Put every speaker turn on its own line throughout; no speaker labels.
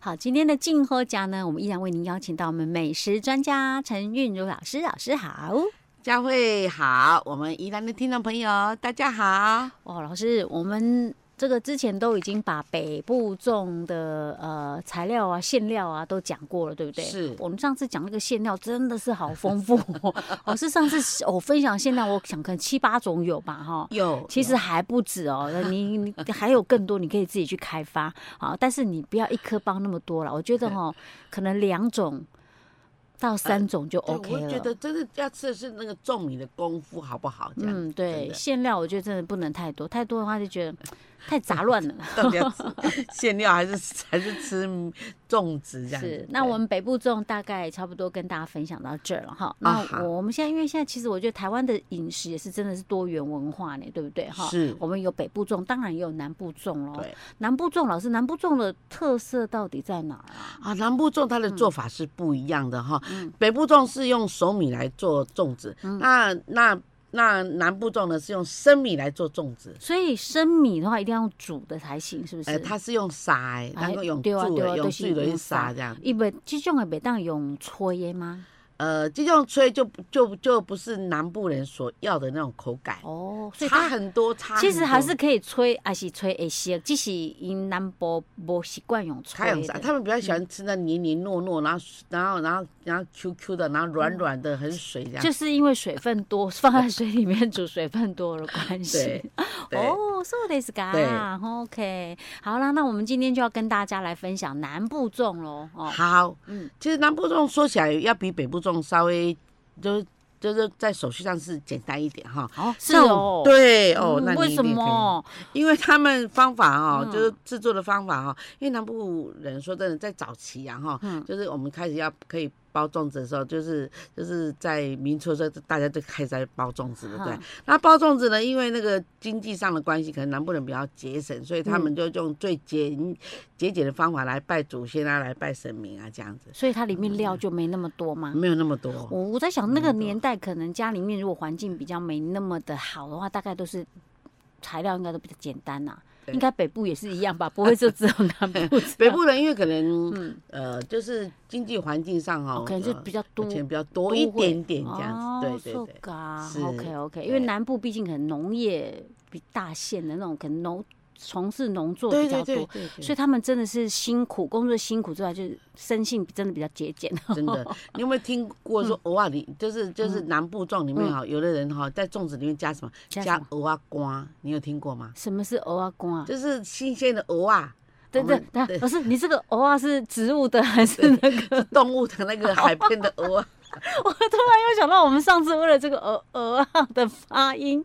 好，今天的静候家呢，我们依然为您邀请到我们美食专家陈韵如老师，老师好。
佳慧好，我们宜兰的听众朋友大家好。
哦，老师，我们这个之前都已经把北部种的呃材料啊、馅料啊都讲过了，对不对？
是
我们上次讲那个馅料真的是好丰富、哦， 老师上次我、哦分享馅料，我想可能七八种有吧，哈、
有，
其实还不止哦，你你还有更多，你可以自己去开发啊。但是你不要一颗包那么多了，我觉得哦，可能两种到三种就
呃对
OK
我觉
了。
得真的要吃的是那个种米的功夫，好不好？这样
嗯，对，
真的
馅料我觉得真的不能太多，太多的话就 觉得太杂乱了。
到底要 吃馅料还是还是吃粽子这样子？
是，那
对
我们北部粽大概差不多跟大家分享到这儿了哈。
啊
那
哈
我们现在因为现在其实我觉得台湾的饮食也是真的是多元文化呢，对不对哈？
是
我们有北部粽，当然也有南部粽喽。
对
南部粽老师，南部粽的特色到底在哪儿啊？
啊，南部粽它的做法是不一样的哈。北部粽是用熟米来做粽子，那那那南部粽呢是用生米来做粽子。
所以生米的话，一定要用煮的才行，是不是？
哎，它是哎用沙的，然后用
对
煮
啊对啊
的，
都
用
是
水的
用
去
沙
沙这样。
伊袂，这种的袂当用炊的吗？
呃，这种吹就就就不是南部人所要的那种口感，
哦，所以
差
它
很多，差
其实
很
还
多
是可以炊，还是炊会熟，只是因南部无习惯用
他有
炊
啥？
的。
他们比较喜欢吃那黏黏糯糯，然后然后然后然后 Q Q 的，然后软软的，很水这样。
就是因为水分多，放在水里面煮，水分多的关系
对。对
哦，そうですか。
对
OK，好啦，那我们今天就要跟大家来分享南部粽喽。哦，
好，
嗯
其实南部粽说起来要比北部粽稍微就是就是在手续上是简单一点哈。
哦，是
像
哦，
对
嗯，
哦，那你
为
一
什
定可以
么？
因为他们方法哦，
嗯
就是制作的方法哦，因为南部人说真的，在早期啊哈，
嗯
就是我们开始要可以包粽子的时候，就是就是在民初的时候，大家就开始在包粽子了，对
嗯。
那包粽子呢，因为那个经济上的关系，可能南部人比较节省，所以他
嗯
们就用最节节俭的方法来拜祖先啊，来拜神明啊，这样子
所以它里面料就没那么多吗？
没有那么多。
我我在想，那个年代可能家里面如果环境比较没那么的好的话，大概都是材料应该都比较简单呐、
对
应该北部也是一样吧，不会就只有南 部这
北
样。
部人因为可能、
嗯
呃，就是经济环境上哈、
哦，可能就
呃
比较多
钱比较多一
都会哦
点点这样子，对对对。是
o k OK，因
对
为南部毕竟可能农业比大县的那种，可能农从事农作
对
比较多，
对对对对
所以他们真的是辛苦工作辛苦之外，就是生性真的比较节俭。
真的，你有没有听过说
嗯
偶尔里就是就是南部粽里面哈，有的人哈在粽子里面加什么
加什
加
么
偶尔瓜，你有听过吗？
什么是偶尔公啊？
就是新鲜的偶尔，
对
我
对
们
对，
对
不是你这个偶尔是植物的还是那个？
动物的那个海边的偶尔，
我突然又想到，我们上次为了这个鹅鹅啊的发 音，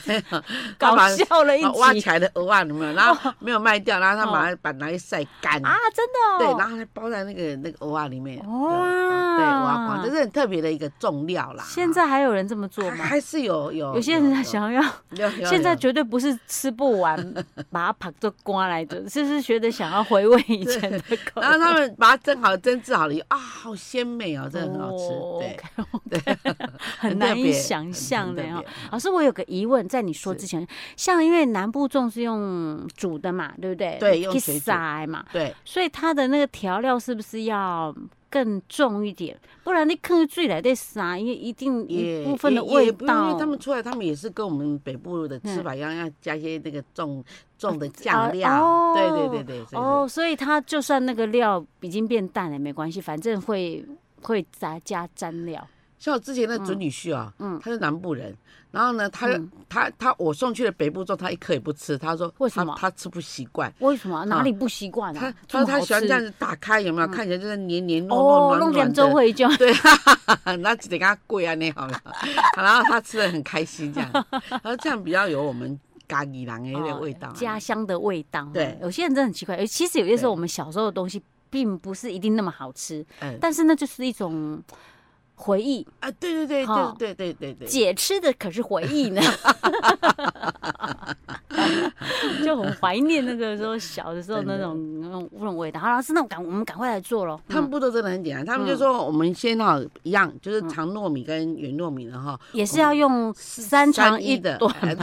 搞笑 了一
把挖
集
起来的偶尔有没有？然 后没有卖掉，然后他马上把拿去晒干，
啊，真的、哦。
对，然后还包在那个那个偶尔里面，对
哇
对，偶尔瓜，这是很特别的一个重料啦。
现在还有人这么做
还
吗？
还是有有
有些人想要
有有有
现在
有
绝对不是吃不完，把它扒就刮来的，就是觉得想要回味以前的 口味。
然后他们把它蒸好、蒸制好了以后啊，好鲜美哦，真的很好吃。对，
对， 很难以想象的哦
哈
哈。。老师，我有个疑问，在你说之前，像因为南部粽是用煮的嘛，对不对？
对用水煮
撒嘛，
对，
所以它的那个调料是不是要更重一点？不然你坑最来的撒，因为一定
也
一部分的
也
味
也不用因
道
为他。们出来，他们也是跟我们北部的吃法一样，要加一些那个重重的
啊
酱料。
哦
对对对对，所以
哦，所以它就算那个料已经变淡了，没关系，反正会会再加蘸料。
像我之前的准女婿啊，
嗯
他是南部人，然后呢，他
嗯
他他我送去了北部之后，他一颗也不吃，他说
为什么
他他吃不习惯。
为什么哪里不习惯
他
啊？这么
他说他
好
喜欢
吃嗯
这样子打开，有没有？看起来就是黏黏糯
哦
糯、，软
弄
软
点
的
周。会就
对，哈哈哈哈那只得跟他跪啊，那好了。然后他吃的很开心，这样，然后这样比较有我们咖喱郎的那个味道。
哦
啊
家乡的味道。
对
有些人真的很奇怪，诶其实有些时候
对
我们小时候的东西并不是一定那么好吃，
嗯
但是那就是一种回忆，
啊，对对对
好
对对对对对，
姐吃的可是回忆呢。 就很怀念那个时候小的时候那种那种那种味道。好老师，那我赶我们赶快来做咯。嗯
他们步骤真的很简单，他们就说我们先哈一样，就是长糯米跟圆糯米的哈，
也是要用三长一
的
短，
哎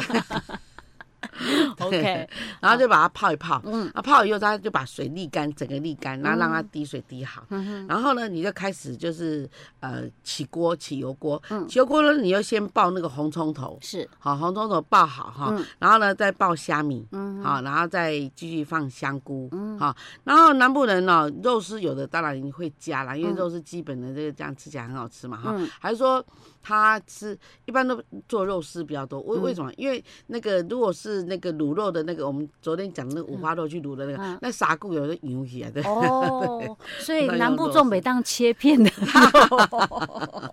，OK，
然后就把它泡一泡，
嗯
啊，泡了以后它就把水沥干，整个沥干，然后让它
嗯
滴水滴好。
嗯哼
然后呢，你就开始就是呃起锅起油锅，
嗯
起油锅呢，你就先爆那个红葱头，
是，
好，红葱头爆好哈，
嗯
然后呢再爆虾米，
嗯哼，
好，然后再继续放香菇，
嗯
好，然后南部人呢、肉丝有的当然你会加啦，因为
嗯
肉丝基本的这个这样吃起来很好吃嘛哈。
嗯
还是说他吃一般都做肉丝比较多，为
嗯
为什么？因为那个如果是那个卤肉的那个，我们昨天讲那个五花肉去卤的那个，
嗯
那砂骨有的油起来的，对
哦，所以
那要
南部
肉
种
丝
北当切片 的肉，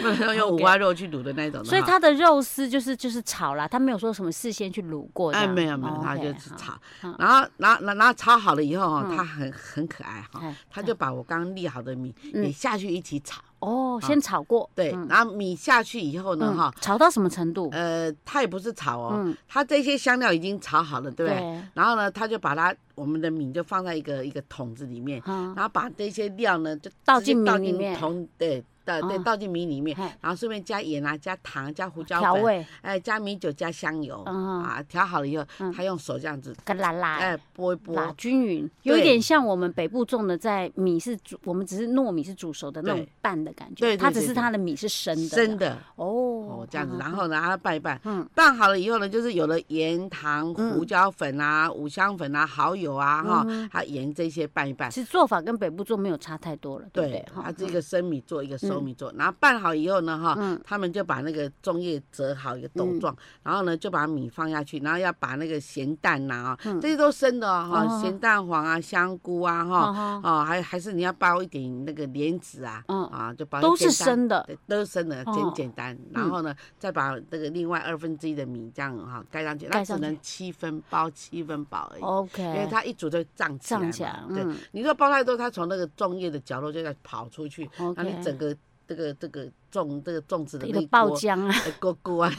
不能 用五
OK
花肉去卤的那种的哈。
所以它的肉丝就是就是炒啦，它没有说什么事先去卤过这
哎
样。
没有没有
哦，
他
OK，
就是
好，
炒
好，
然后然后然后炒好了以后哈，
嗯
他很很可爱哈，
哎
他就把我刚刚沥好的米
嗯
也下去一起炒。
哦，先炒过，
对，
嗯
然后米下去以后呢，
嗯
哈，
炒到什么程度？
呃，它也不是炒哦，
嗯，
它这些香料已经炒好了，对不对？
对，
然后呢，它就把它我们的米就放在一个一个桶子里面，
嗯
然后把这些料呢就
倒
直接
进米
倒
里面
桶对。倒对，
哦
倒进米里面
嘿，
然后顺便加盐啊，加糖，加胡椒
调
粉，
味，
哎，加米酒，加香油，
嗯
啊，调好了以后
嗯，
他用手这样子，
个啦啦。
哎，拨一
啦
拨，
均匀，有一
对
点像我们北部种的，在米是煮，我们只是糯米是煮熟的那种
对
拌的感觉，
对对
它只
对
是
对
它的米是生的，
真的
哦
哦，，这样子，
嗯
然后呢，它拌一拌，
嗯
拌好了以后呢，就是有了盐、糖、胡椒粉啊、五香粉啊、蚝油啊，哈
嗯，
还有盐这些拌一拌。
其实做法跟北部做没有差太多了，不
对
对，？
它
哈
这个生米做一个熟米做，然后拌好以后呢，哈
嗯，
他们就把那个粽叶折好一个豆状，然后呢就把米放下去，然后要把那个咸蛋呐，哦
嗯
这些都生的哦
哦
哈，咸蛋黄啊、香菇啊，哈，
哈
哦，还还是你要包一点那个莲子啊，
嗯
啊，就包
都是
简单
生的，
对，都是生的，
哦
简简单。然后呢，再把那个另外二分之一的米这样哈盖上去，
盖
那只
上去
能七分包七分饱而已，
，OK，
因为它一煮就胀起来
胀
嘛。
起来，
对，
嗯
你若包太多，它从那个粽叶的角落就在跑出去，那
，OK，
你整个这个这个粽这个粽子的
一
那
个
一
爆
锅
浆啊，
哎锅 锅啊，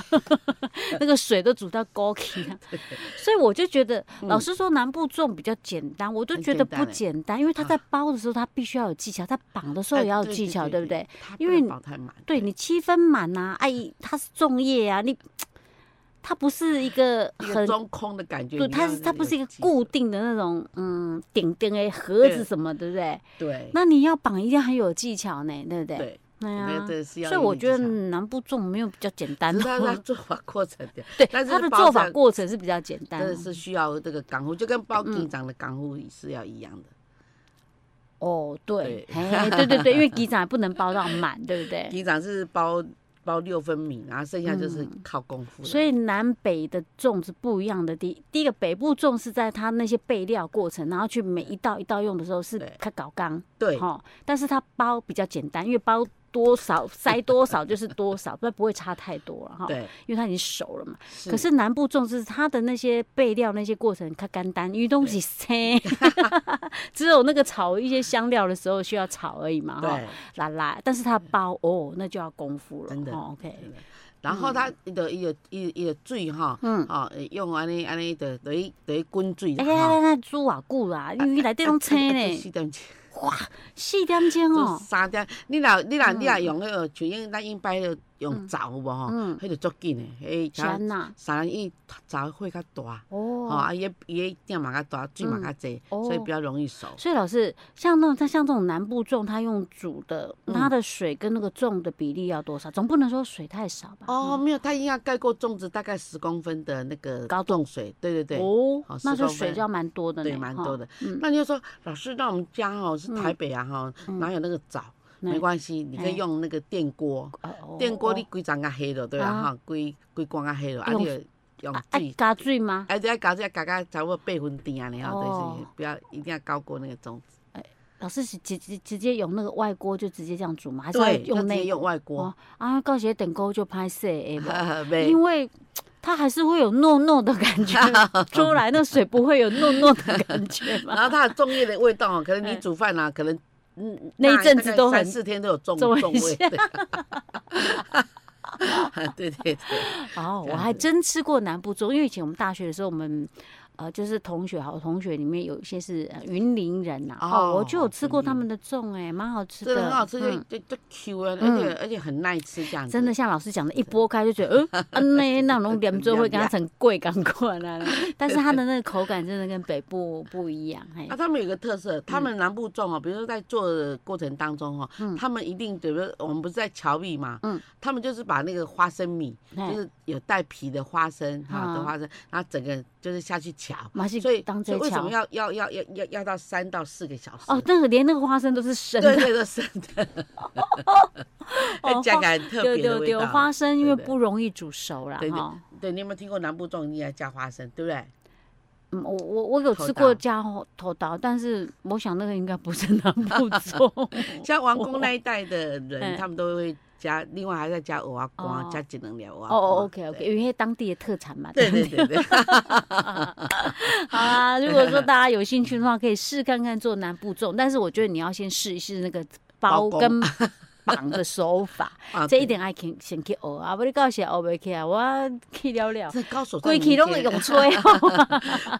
那个水都煮到高起啊，所以我就觉得，老实说，南部粽比较简单，我都
嗯很
觉得
简单
不
欸
简单，因为它在包的时候，它必须要有技巧，它绑的时候
哎
也要有技 巧，对不对？？
它
因
不
为
能
你
包太满。
对你七分满呐，哎，它是粽叶啊，你它不是一个
一个
很。
中空的感觉，
对，
你
它
要
是它不
有
是一个
技
固
术
定的那种，嗯，顶顶哎盒子
对
什么，对不对？
对
那你要绑一定很有技巧呢，对不对？
对，
对
我
呀、
觉得这是要
所以
有
我
点
觉得
技巧
南部粽没有比较简单
只是它它
哦，
做法过程的，
对，
但是
它的
包
做法
在
过程是比较简单
真
哦
的是需要这个港呼，就跟包
嗯
警长的港呼是要一样的。
哦，对
对，
哎，对对对，因为鸡掌也不能包到满，对不 对？
警长是包包六分米，然后剩下就是
嗯
靠功夫了。
所以南北的粽是不一样的。第第一个北部粽是在它那些备料过程，然后去每一道一道用的时候是
对
它搞刚
对
哈，但是它包比较简单，因为包多少塞多少就是多少，它不会差太多了哈。
对，
因为它已经熟了嘛。
是
可是南部粽是它的那些备料那些过程，它干单，因为东西塞， 只有那个炒一些香料的时候需要炒而已嘛哈。
对，
啦啦，但是它包哦，那就要功夫了。
真的
哦、，OK，
真的然后它的一个一个一个水哈，
嗯
哦，用安尼安尼的等于等于滚水
哎
啦
呀，
哈。
那煮偌久啦，啊因为内底拢青
四
呢，
点钟，
四点钟
就
哦，
三点。你若你若你若用那个，像用咱用摆那个用灶有无吼，
嗯
迄就足紧的，迄
是安那，
三伊灶火较大。哦，
哦。
啊，伊伊鼎嘛较大，水嘛较济，
嗯
所以
哦
比较容易熟。
所以老师，像那种它像这种南部粽，它用煮的，
嗯
它的水跟那个粽的比例要多少？总不能说水太少吧？
哦，没有，它应该盖过粽子大概十公分的那个
高
重水，对对对，
哦
好，
那
10
就
公
水
分
就要蛮多的呢，
对，蛮
的。
多的
嗯。
那你就说，老师，那我们家哦是
嗯
台北啊哈，哪有那个灶？
嗯
没关系，你可以用那个电锅，
哦
电锅你规张啊黑了，对啊
啊
哈，规规光啊黑了，啊
用
你就用
啊爱
水。
加水吗？
哎，这要搞这要搞搞，差不多八分甜啊，然后就
哦
是不要一定要高过那个粽子。
老师是直直直接用那个外锅就直接这样煮吗？还是要
对，就
用
直接
那
啊用外锅
哦，啊，到时候电锅就拍摄诶。
没
因为它还是会有糯糯的感觉出来，那水不会有糯糯的感觉
然
吗？
后它的粽叶的味道 哦，可能
哎
你煮饭啊，可能嗯
那一阵子
大概
都很
三四天都有粽
粽
粽
一
味。对对对对，
哦，
这
我
样
还 哦
子
真吃过南部粽，因为以前我们大学的时候，我们呃，就是同学，好同学里面有一些是呃云林人呐、
哦
哦，我就有吃过他
云
们
林
的粽、哎，蛮好吃
真的很好吃，就
嗯
就就 Q 啊，而
嗯
且而且很耐吃这样子。
真的像老师讲的，一剥开就觉得， 嗯，啊那那种 连做会跟它成贵感过 来了，但是它的那个口感真的跟北部不一样，嘿
啊，，他们有个特
嗯
色，他们南部种哦，比如说在做的过程当中哦，他们一定，比如说我们不是在侨米嘛，
嗯
他们就是把那个花生米，
嘿
就是有带皮的花生哈的
啊
花生，然后整个就是下去嚼，
马戏
所以
当
所
这
以为什
桥
么要要要要要要到三到四个小时？
哦，那个连那个花生都是生
对
的，
对对， 是的，
哦
加起
花
来很特
对
别的
对
味
对，
道。
花生因为
对对
不容易煮熟啦。
对对
哈。
对，你有没有听过南部种一定要加花生，对不对？
嗯，我我我有
头
吃过
刀
加头刀，但是我想那个应该不哦是南 部粽。
像王宫那一带的人，
嗯
他们都会加，另外还在加蚵仔瓜，
哦
加几能料啊。
哦哦，OK OK，因为当地的特产嘛。
对
不
对对 对。
好啊，如 果说大家有兴趣的话，可以试看看做南部粽，但是我觉得你要先试一试那个包
包工
跟 绑的手 法，
啊
这一点爱先先去学啊，不然到时候学不起来，我去了了，
这高手在
规
民
气
间
拢会用吹哦。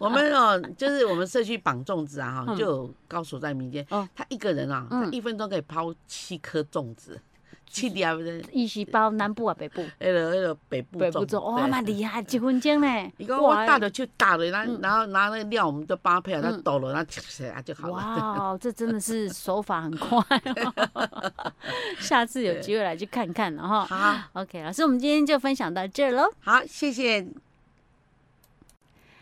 我们哦，就是我们社区绑粽子啊，哈，
嗯
就有高手在民间
哦。
他一个人啊，
嗯
他一分钟可以抛七颗粽子，七粒啊，不 是
一是包南部啊北部，
那个那个北部
北
粽
部
子。
粽哇
对
蛮厉害，一分钟呢
你看，我
哇
大的就大的，然后然后拿那个料，我们就帮他配好，他
嗯
抖了，然后切切啊就好了。
哇，哦这真的是手法很快、哦， 下次有机会来去看看了哈。
好，
OK，老师，我们今天就分享到这儿喽。
好，谢谢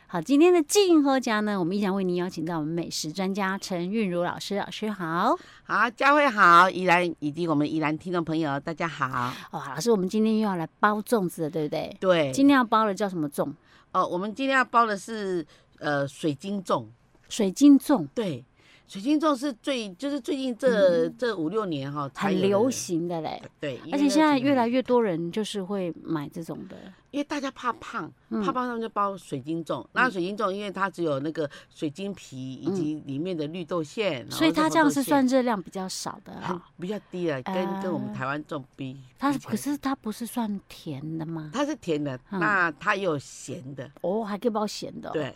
好，今天的静候家呢，我们依然为您邀请到我们美食专家陈韵如老师，老师好。
好，佳慧好，宜兰以及我们宜兰听众朋友，大家好。
哇，哦老师，我们今天又要来包粽子了，对不对？
对，
今天要包的叫什么粽？
哦，我们今天要包的是呃水晶粽，
水晶粽，
对，水晶粽是最就是最近这、这五六年哈、才
嗯
有
很
的
流，行的嘞。
对，因为
而
那
且现在
几
越
年
来越多人就是会买这种的，
因为大家怕胖，
嗯
怕胖他们就包水晶粽。那水晶粽因为它只有那个水晶皮以及里面的绿豆馅，然后
嗯所以它
红
这样
豆
是
馅
算热量比较少的
很
啊。
比较低了，跟、跟我们
呃
台湾粽比，
它
比
是
起
可
来
是它不是算甜的吗？
它是甜的，
嗯
那它也有咸的，
哦，还可以包咸的、哦。，
对。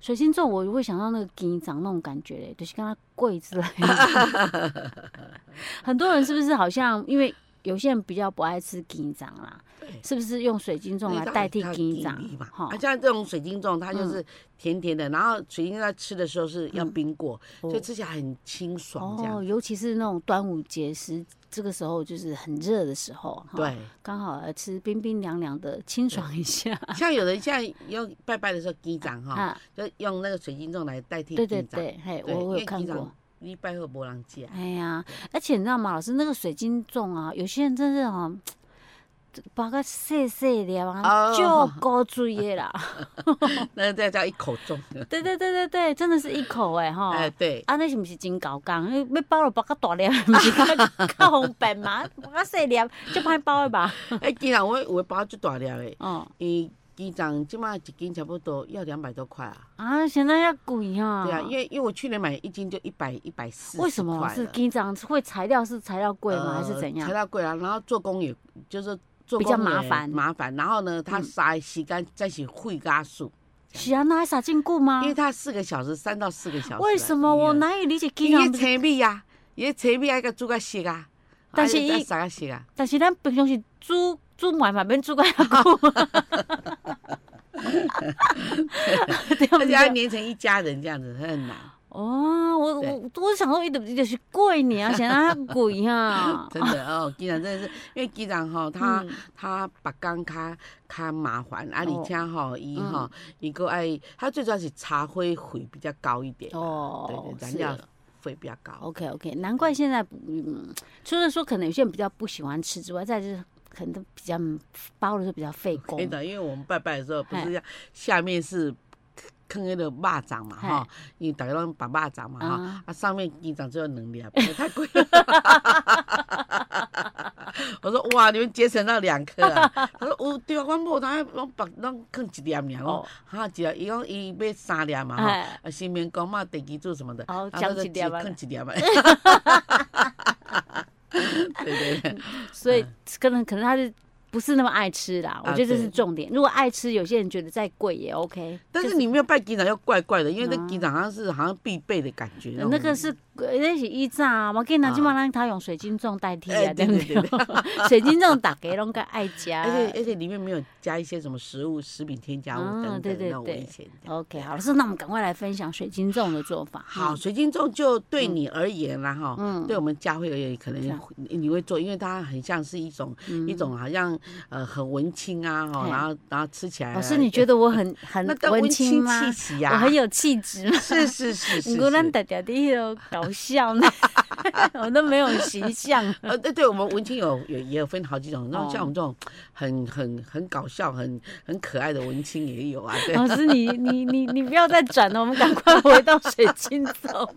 水晶粽我会想到那个金掌那种感觉嘞，就是跟它跪之类的。 很多人是不是好像因为有些人比较不爱吃金掌啦
对，
是不是用水晶粽来啊代替金掌？
嘛。
哈嗯
啊，像这种水晶粽，它就是甜甜的，然后水晶粽在吃的时候是要冰过，
哦
所以吃起来很清爽这
哦，
样。
尤其是那种端午节时这个时候，就是很热的时候，哈，
对，
刚好来吃冰冰凉凉的，清爽一下。
像有人现在用拜拜的时候鸡掌哈，
啊，
就用那个水晶粽来代 替
对
鸡
对
掌。
对，嘿，
对，因
我我
为
有看
鸡掌
过。
你拜贺博 人祭啊，
哎呀，而且你知道吗，老师那个水晶粽啊，有些人真是哈、把个细细的啊，
哦
就高追的啦。
那再叫一口粽。
对对对对对，真的是一口哎哈。
哎，对，
啊，那是不是真搞讲？那要包了包个大粒， 不是较较方便嘛？包个细粒就歹包的 吧？
哎，鸡掌我我包就大了诶，
哦，
伊鸡掌即马一斤差不多要两百多块啊。
啊，现在要贵啊。
对啊，因为因为我去年买一斤就一百一百四，
为什么老师金掌会材料是材料贵吗？还是
呃
怎样
材？料贵啊，然后做工也就是做
比较
工也
麻烦
麻烦。然后呢，它
嗯
杀吸干再洗会加速，
是啊，那还撒进固吗
因？为它四个小时，三到四个小时啊。
为什么我难以理解金
因为
掌
它？切米呀，因为切米要个煮个熟啊，
但是
要
伊
啥个熟啊？
但是咱平常是煮煮糜嘛，免煮个 遐久。对不
而且要
对？
连成一家人这样子，很难，。
哦，我我我想说，伊就就是贵呢，啊，现在贵啊
真的哦。机长真的是，因为机长哈，他
嗯
他把工较较麻烦，啊，
哦
而且吼，伊吼，伊个爱，他最主要是茶灰费比较高一点啊，
哦，
对对，
是
燃。料费比较高。
OK OK，难怪现在不嗯，除了说可能有些人比较不喜欢吃之外，再就是可能都比较包的时候比较费工
真。的，因为我们拜拜的时候不
嘿
是要下面是坑那个蚂蚱嘛
嘿
哈，因为大家拢把蚂蚱嘛哈
啊，
啊上面鸡掌只有能 粒，不要太贵。啊 我说哇，你们节省到两颗啊！他说哦，对啊，我某当拢把拢坑一粒尔，我
哦
哈一粒，伊讲伊买三粒嘛哈，
哎，
啊新民公嘛地基柱什么的，
哦
啊
讲
那个
一粒
只
啊
坑一粒嘛。 对对对，
所以可能可能他是不是那么爱吃啦，我
啊
觉得这
对
是重点。如果爱吃，有些人觉得再贵也 OK，
但
就是啊
你没有拜鸡掌又怪怪的，因为那鸡掌好像是好像必备的感觉种。
那个是呃那是依仗啊，我跟你讲，
啊
基本上他用水晶粽代替啊，
哎
对
对
不
对对哎
对？ 水晶粽打给拢个爱加
而。且而且里面没有加一些什么食物、食品添加物
啊
等等
对对
那种
对哦嗯
危险这样。
OK，好，是那我们赶快来分享水晶粽的做法。
好，水晶粽就对你而言啦哈，
嗯，
对我们家慧而言，可
这
能
样
你你会做，因为它很像是一种
嗯，
一种好像呃很文青啊哈，
嘿
然后然后吃起来，
老师，你觉得我很很
哎那叫
文
文
青
青
吗
气？息
我
呀？
很有气质吗？
是 是是是
不过咱
是。
大家的那个搞笑呢， 我都没有形象。
呃，对对，我们文青有有也有分好几种，那
哦
种像我们这种很很很搞笑、很很可爱的文青也有啊。 对，
老师，你你你你不要再转了，我们赶 快回到水晶粽。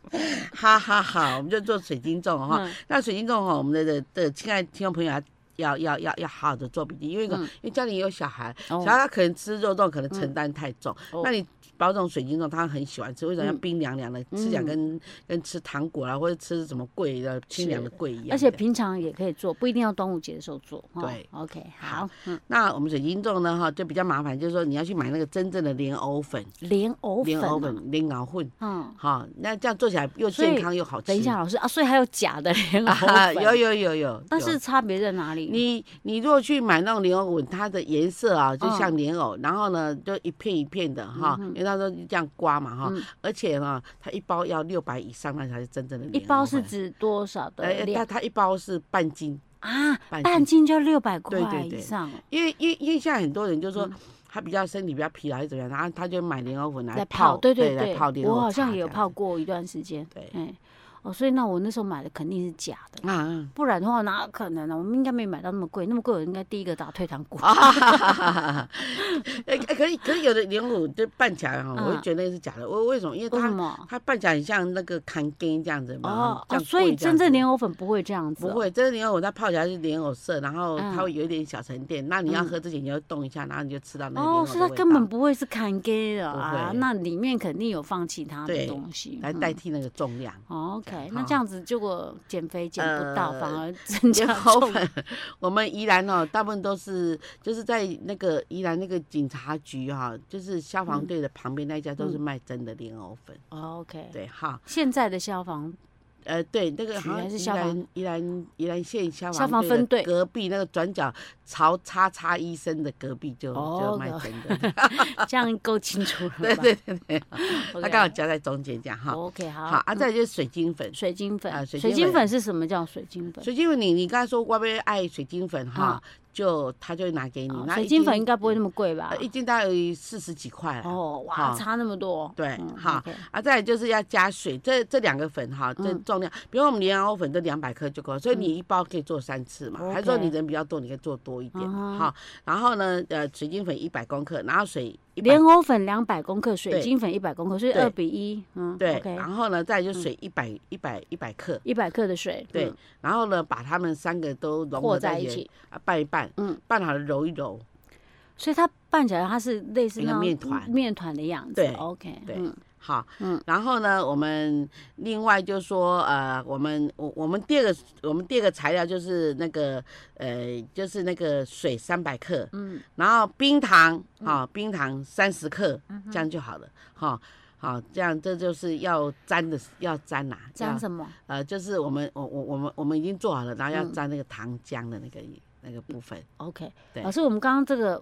哈哈哈，我们就做水晶粽哈。
嗯
那水晶粽哈，我们的的的亲爱的听众朋友啊要要要要好好的做笔记，因为、个
嗯
因为家里也有小孩，
哦
小孩他可能吃肉粽可能承担太重，
哦
那你包这种水晶粽，他很喜欢吃，为什么要
嗯
冰凉凉的？吃起来
嗯
跟跟吃糖果啊或者吃什么桂的清凉的桂一样。
而且
对
平常也可以做，不一定要端午节的时候做。哦
对
，OK，好，嗯，
那我们水晶粽呢哈就比较麻烦，就是说你要去买那个真正的莲藕粉。
莲藕粉
莲
啊，
藕粉、莲藕混，
嗯，
哈，那这样做起来又
所以
健康又好吃。
等一 下，老师啊，所以还有假的莲藕
啊，
粉，
有有有有，
但
有
是差别在哪里？
你你如果去买那种莲藕粉，它的颜色啊就
嗯
像莲藕，然后呢就一片一片的哈，因为它都这样刮嘛哈
嗯，
而且呢它一包要六百以上，那才是真正的莲藕
一
粉。
包是指多少的
呃，它
量
它一包是半斤，
啊？
半
半斤
斤
就六百
对对
块以
对
上，
因为因为因为现在很多人就
嗯
说他比较身体比较疲劳还是怎么样，然后他就买莲藕粉
来
来
泡，对
对
对
来，泡莲藕
我好像
茶
也有
这样
泡
子
过一段时间，
对
哎，哦，所以那我那时候买的肯定是假的。
啊啊。
不然的话，哪可能呢、我们应该没买到那么贵，那么贵我应该第一个打退堂鼓。
啊， 哎、哎可以，可以有的莲藕就拌起来哈，
嗯
我就觉得那是假的。为为什么？因为
为什
它
么？
它拌起来很像那个砍根这样子嘛，
哦
啊这
哦，
样
所以
贵这样
真正
子
莲藕粉不会这样子、哦
不，会，真正莲藕它泡起来是莲藕色，然后
嗯
它会有一点小沉淀。那你要
嗯
喝之前你要动一下，然后你就吃到那个莲
哦，
藕
所以
的
它
味
根本
道，
不会是砍 gay 的啊，
不会
那里面肯定有放其他的
对
东西
来
嗯
代替那个重量。
哦 OK，
样
那
哈
这样子结果减肥减不到，
呃
反 而增加
莲 藕
重。
粉， 我们宜兰哦，大部分都是就是在那个宜兰那个警察局哈、就是消
嗯
防队的旁边那一家都是卖真的莲藕粉。
哦 OK，
对，哈，
现在的消防
呃，对，那个
局
好
还
像
是
宜
消防
兰宜兰宜兰县消
消防
防
分队
队的隔壁那个转角曹叉叉医生的隔壁就
哦
就卖真的，
这样够清楚了吧？
对对对对，
o
他刚好夹在中间这样哈。
OK 好，
好啊，
嗯
再来就是水晶粉，
水晶粉、
啊水
水
晶
晶
粉
粉是什么叫水晶粉？嗯
水晶粉你你刚才说外面爱水晶粉哈，就他就会拿给你
哦，
那
水
一
晶粉
斤
应该不会那么贵吧
呃？一斤大概有四十几块啦。
哦，哇，
哈
差那么多。
对
嗯
哈
OK
啊，再来就是要加水，这这两个粉哈，这
嗯
重量，比如我们莲藕粉都两百克就够了，所以你一包可以做三次嘛，还是说
OK
你人比较多，你可以做多一点
嗯哼
哈。然后呢，呃，水晶粉一百公克，然后水一百
莲藕粉两百公克，水
对
晶粉一百公克，所以
对
二比一。嗯，
对，
，OK，嗯
然后呢，再来就水一百一百一百克，
一百克的水，
对
嗯，，
然后呢，把它们三个都融
和
合
在
在
一
一起
起，
啊拌一拌，
嗯
嗯，拌好了揉一揉，
所以它拌起来它是类似
一个
那种
面团
面团的样子。
对
，OK，
对
嗯
好，
嗯
嗯，然后呢，我们另外就说，呃，我们我我们第二个我们第二个材料就是那个呃，就是那个水三百克，
嗯，
然后冰糖啊、冰糖三十克，
嗯
这样就好了，哈、好，这样这就是要粘的，要粘啦、
沾
要
什么？
呃，就是我们我我我们我们已经做好了，然后要
嗯
粘那个糖浆的那个、那个部分，
OK，
对
老师，我们刚刚这个，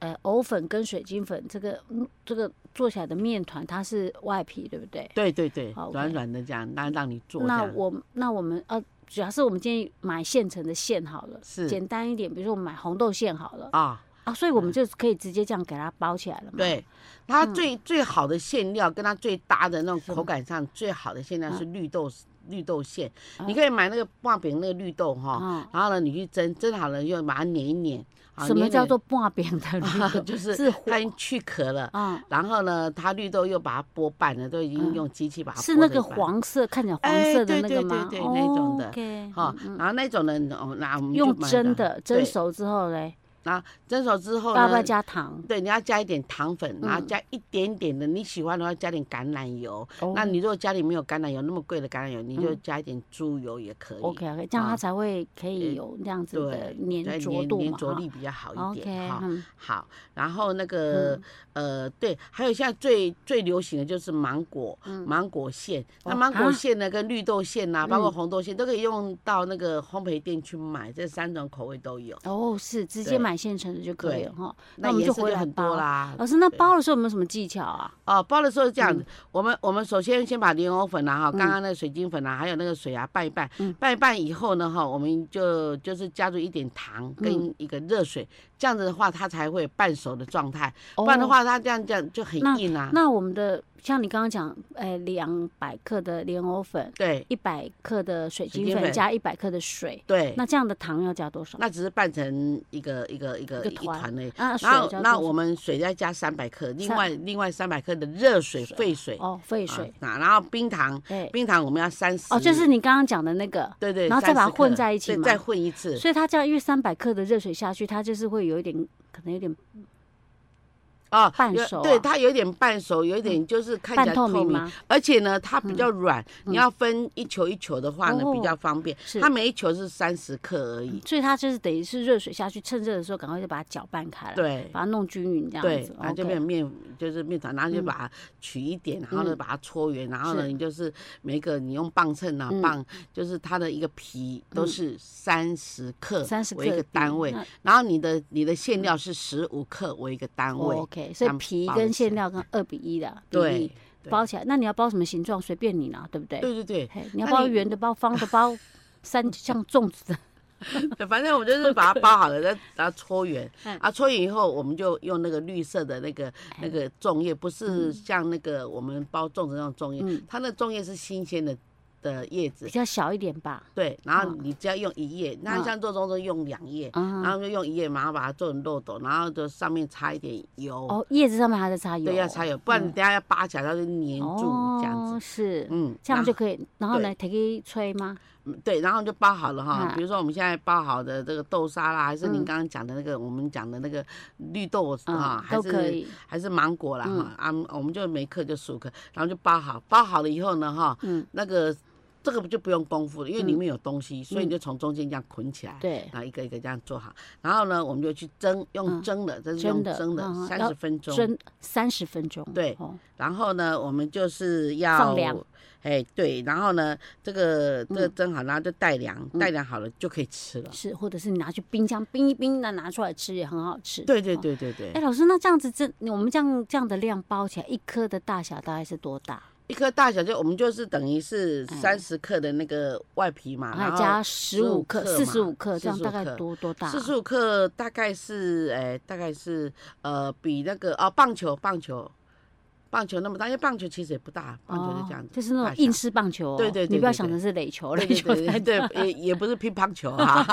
呃，藕粉跟水晶粉这个嗯这个做起来的面团，它是外皮对不对？
对对对
好，，OK
软软的这样，那让你做这
那
样，
我那我们呃，主要是我们建议买现成的馅好了，
是
简单一点，比如说我们买红豆馅好了
嗯啊、
啊，所以我们就可以直接这样给它包起来了嘛。，
对，它
嗯
最、最好的馅料跟它最搭的那种口感上最好的馅料
嗯
是绿豆、绿豆馅，你可以买那个挂饼那个绿豆哈，
啊，
然后呢你去蒸，蒸好了就把它碾一碾。啊
什么
碾一
叫
碾
做 挂饼的绿豆？
就是
是
它已经去壳了，
啊，
然后呢它绿豆又把它剥半了，都已经用机器把它
嗯是
剥
那
成
个
半。
黄色，看起来黄
哎
色的
对
那
对
个
对
吗？
对那种的
OK，
哈、然后那种呢，哦，那我们就
嗯用
买
蒸的蒸
对呃
熟之后嘞，
那蒸熟之后
要不要
呢？
加糖？
对，你要加一点糖粉，然后
嗯
加一点点的，你喜欢的话加点橄榄油。那你如果家里没有橄榄油那么贵的橄榄油，你就
哦嗯
加一点猪油也可以。
OK OK，这样它
啊
才会可以
呃
有这样子的
对，对
粘着
粘
度
粘
嘛。
着
哈
力比较好一
OK，
点哈。
嗯
好，然后那个、呃，对，还有现在最最流行的就是芒果，
嗯
芒果馅。那
哦
芒
啊
果馅呢，跟绿豆馅呐、包括
嗯
红豆馅，都可以用到那个烘焙店去买，这三种口味都有。
哦，是直接
对
买现成的就可以
对
了哈。那
那
我们
颜
就
色
回
就
来
很
包
多啦。
老师，那
对
包的时候有没有什么技巧啊？
哦，包的时候是这样子，
嗯
我们我们首先先把莲藕粉啊，哈，刚
嗯
刚那个水晶粉啊，还有那个水啊拌一拌，
嗯
拌一拌以后呢，哈，我们就就是加入一点
嗯
糖跟一个热水，这样子的话它才会半熟的状态，不然的
哦
话它这样这样就很
那
硬啊。
那我们的像你刚刚讲，哎，两百克的莲藕粉，
对
一百克的水晶
水晶
粉
粉
加一百克的水，
对，
那这样的糖要加多少？
那只是拌成一个一个一
一
个
个
一
团
团而已。
啊，水
然后
加
那
多
我
少
们水再加三百克，另
三
外另外三百克的热水
水
沸水，
哦，沸
啊
水，
啊，然后冰糖
哎，
冰糖我们要三十，
哦，就是你刚刚讲的那个，
对对，
然后再把它
30克
混在一起
对
嘛
再混一次。
所以它这样，因为三百克的热水下去，它就是会有一点，可能有点
哦，
半
有
熟啊嗯
对，它有点半熟，有一点就是看起
半
来
透
透
明
明，
吗？
而且呢，它比较软，
嗯
你要分一球一球的话呢，
哦
比较方便。
是
它每一球是三十克而已，
所以它就是等于是热水下去，趁热的时候赶快就把它搅拌开来，
对。
把它弄均匀这样
对
子，。
然后就
OK
变成面，就是面团，然后就
嗯
把它取一点，然后呢
嗯
把它搓圆，然后呢
是
你就是每个你用磅秤啊
嗯
磅，就是它的一个皮
嗯
都是三十克
30
为一
克
个
底
单位
那，嗯
然后你的你的馅料是十五克为一个单位，
哦 OK，所以
这样
皮
包
跟
起
馅
来
料跟二比一的比
对
例，哎
对
包起来。那你要包什么形状，随便你啦，对不对？
对对对，
嘿你要
那
包
你
圆的包，方的包，三像粽子的。
对反正我就是 把它包好了，再把它搓圆
嗯。哎
啊，搓圆以后，我们就用那个绿色的那个那个粽叶，不是像那个我们包粽子那种粽叶
嗯，
它那粽叶是新鲜的的叶子
比。较小一点 吧。
对，然后
嗯
你只要用一叶，那
嗯
像做粽子用两叶，然
啊、
后就用一叶，然后把它做成漏斗，然后就上面擦一点油，
哦，叶子上面还在擦油，
对，要擦油，不然你
嗯
等下要扒起来它就粘住这样
哦、
子。
是，
嗯，
这样
然
就
后
可以。然后呢，可以吹吗？
嗯对，然后就包好了哈
嗯。
比如说我们现在包好的这个豆沙啦，还是您
嗯
刚刚讲的那个我们讲的那个绿豆
嗯
啊，，还
都可
是
以。
还是芒果啦
嗯
哈。啊，我们就每克就十五克，然后就包好，包好了以后呢哈，
嗯，
那个这个就不用功夫了，因为里
嗯
面有东西，所以
嗯
你就从中间这样捆起来。
对，
啊然后一个一个这样做好，然后呢，我们就去蒸，用
嗯
蒸的，这是
蒸
用
的
蒸的
嗯，嗯
三
要
十分钟。
蒸三十分钟。
对
哦，
然后呢，我们就是要
放凉，
哎，对，然后呢，这个这个蒸好，然后就待凉，
嗯
待凉好了就可以吃了。
是，或者是你拿去冰箱冰一冰，那拿出来吃也很好吃。
对对
哦。
对对对
哎、，老师，那这样子真，我们这样这样的量包起来，一颗的大小大概是多大？
一颗大小就我们就是等于是
嗯
三十克的那个外皮嘛，
然
然
后
后
哎加十五克、
啊克
四
嘛
十五克，这样
45
大概
克
多多大、
四十五克大概是哎，大概是呃比那个哦棒球棒球棒球那么大，因为棒球其实也不大，棒球就这样
哦就
子，
是那
大
种
小
硬式棒球、哦。
对对对
你不要
对
想
对
成是垒球，
哦对
垒
对
球
对
太
对
大。
对，也也不是乒乓球 啊，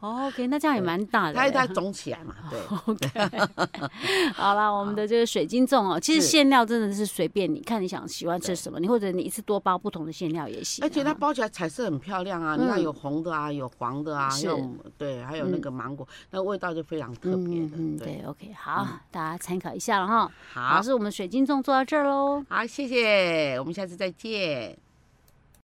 哦 OK，那这样也
对
蛮大 的
它
欸。
它肿起来嘛，对。
好啦，我们的这个水晶粽哦，其实
是
馅料真的是随便你看你想喜欢吃什么，你或者你一次多包不同的馅料也行啊。
而且它包起来彩色很漂亮啊！你看
嗯
有红的啊，有黄的啊，还
是
有对，还有那
嗯
个芒果，那味道就非常特别
嗯
的。
嗯
对，
对，OK，好，大家参考一下了哈。
好
老，师，我们水晶粽做到这儿喽。
好，谢谢，我们下次再见。